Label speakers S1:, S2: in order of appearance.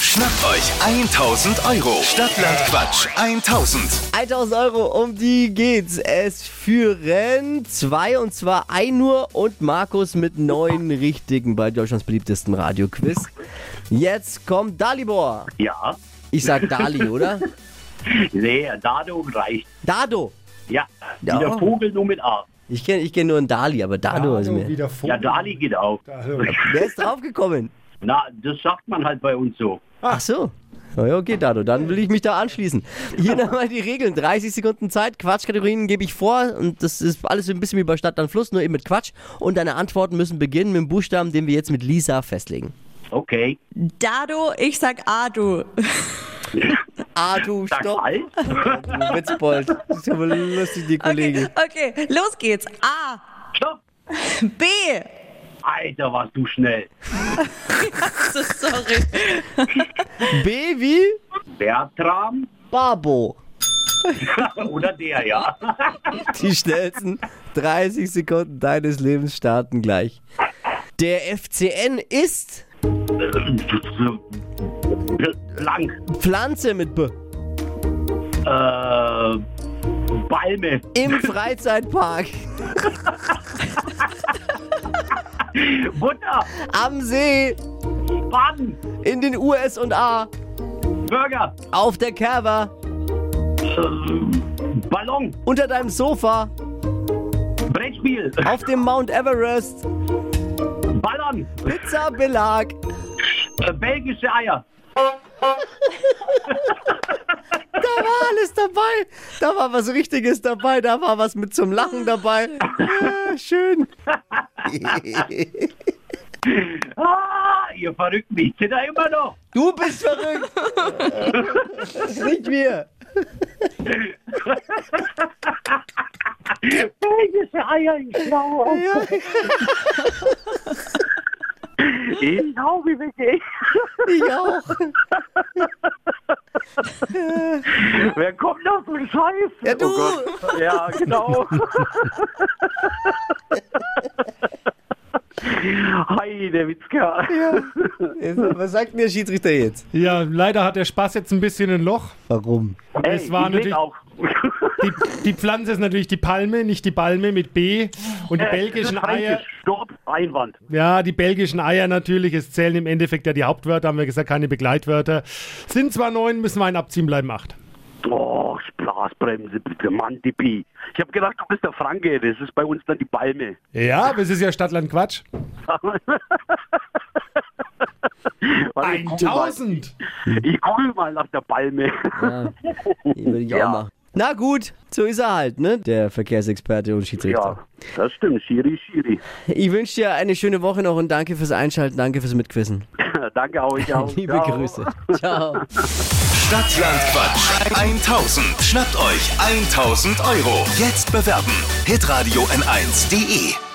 S1: Schnappt euch 1000 Euro. Stadtland Quatsch 1000.
S2: 1000 Euro, um die geht's. Es führen zwei und zwar Einur und Markus mit neun richtigen bei Deutschlands beliebtesten Radioquiz. Jetzt kommt Dalibor.
S3: Ja.
S2: Ich sag Dali, oder?
S3: Nee, Dado reicht.
S2: Dado.
S3: Ja.
S2: Ja.
S3: ja. Der Vogel nur mit A.
S2: Ich kenne ich kenn nur einen Dali, aber Dado ist
S4: Also
S2: Ah, mir.
S4: wieder vor.
S3: Ja, Dali geht auch.
S4: Also,
S2: Wer ist draufgekommen?
S3: Na, das sagt man halt bei uns so.
S2: Ach so. Na ja, Okay, Dado, dann will ich mich da anschließen. Hier nochmal die Regeln. 30 Sekunden Zeit, Quatschkategorien gebe ich vor und das ist alles so ein bisschen wie bei Stadt, dann Fluss, nur eben mit Quatsch. Und deine Antworten müssen beginnen mit dem Buchstaben, den wir jetzt mit Lisa festlegen.
S3: Okay.
S5: Dado, ich sag Ado.
S2: Ah, du
S3: Sag
S2: Stopp.
S3: mal.
S2: Du Witzbold. Das ist aber lustig, die Kollegen.
S5: Okay, okay, los geht's. A,
S3: Stopp.
S5: B.
S3: Alter, warst du schnell.
S5: So, Sorry.
S2: B wie
S3: Bertram
S2: Babo.
S3: oder der, ja.
S2: Die schnellsten 30 Sekunden deines Lebens starten gleich. Der FCN ist
S3: Lang.
S2: Pflanze mit B.
S3: Äh, Balme.
S2: Im Freizeitpark.
S3: Butter.
S2: Am See.
S3: Baden.
S2: In den US und A.
S3: Burger.
S2: Auf der Cover.
S3: Äh, Ballon.
S2: Unter deinem Sofa.
S3: Brettspiel.
S2: Auf dem Mount Everest.
S3: Ballern.
S2: Pizzabelag.
S3: Äh, belgische Eier.
S2: Da war alles dabei. Da war was Richtiges dabei. Da war was mit zum Lachen dabei. Ja, schön.
S3: Ah, ihr verrückt mich. Sind da immer noch.
S2: Du bist verrückt. Nicht wir.
S3: Belgische Eier, ich glaube.
S2: Ja.
S3: Ich glaube wirklich.
S2: Ich auch.
S3: Wer kommt auf so einen Scheiß? Oh
S2: Ja, du.
S3: Ja, genau. Hi, der Witzka.
S2: Was sagt mir der Schiedsrichter jetzt?
S4: ja, leider hat der Spaß jetzt ein bisschen ein Loch.
S2: Warum?
S4: es war
S3: ich leg
S4: natürlich-
S3: Auch.
S4: Die, die Pflanze ist natürlich die Palme, nicht die Balme mit B. Und die belgischen Eier.
S3: Stopp, Einwand.
S4: Ja, die belgischen Eier natürlich. Es zählen im Endeffekt ja die Hauptwörter, haben wir gesagt, keine Begleitwörter. Sind zwar neun, müssen wir einen abziehen, bleiben acht.
S3: Oh, Blasbremse, bitte, Mann, Dippi. Ich habe gedacht, du bist der Franke. Das ist bei uns dann die Balme.
S4: Ja, aber es ist ja Stadtland Quatsch.
S3: Warte, ich google mal.
S4: 1000!
S3: Ich google mal nach der Balme.
S2: Würde ich auch
S3: Ja.
S2: machen. Na gut, so ist er halt, ne? Der Verkehrsexperte und Schiedsrichter.
S3: Ja, das stimmt. Schiri, Schiri.
S2: Ich wünsche dir eine schöne Woche noch und danke fürs Einschalten, danke fürs Mitquissen.
S3: Danke auch. Ich auch.
S2: Liebe
S3: Ciao.
S2: Grüße. Ciao.
S1: Stadtland Quatsch 1000. Schnappt euch 1000 Euro. Jetzt bewerben. Hitradio N1.de.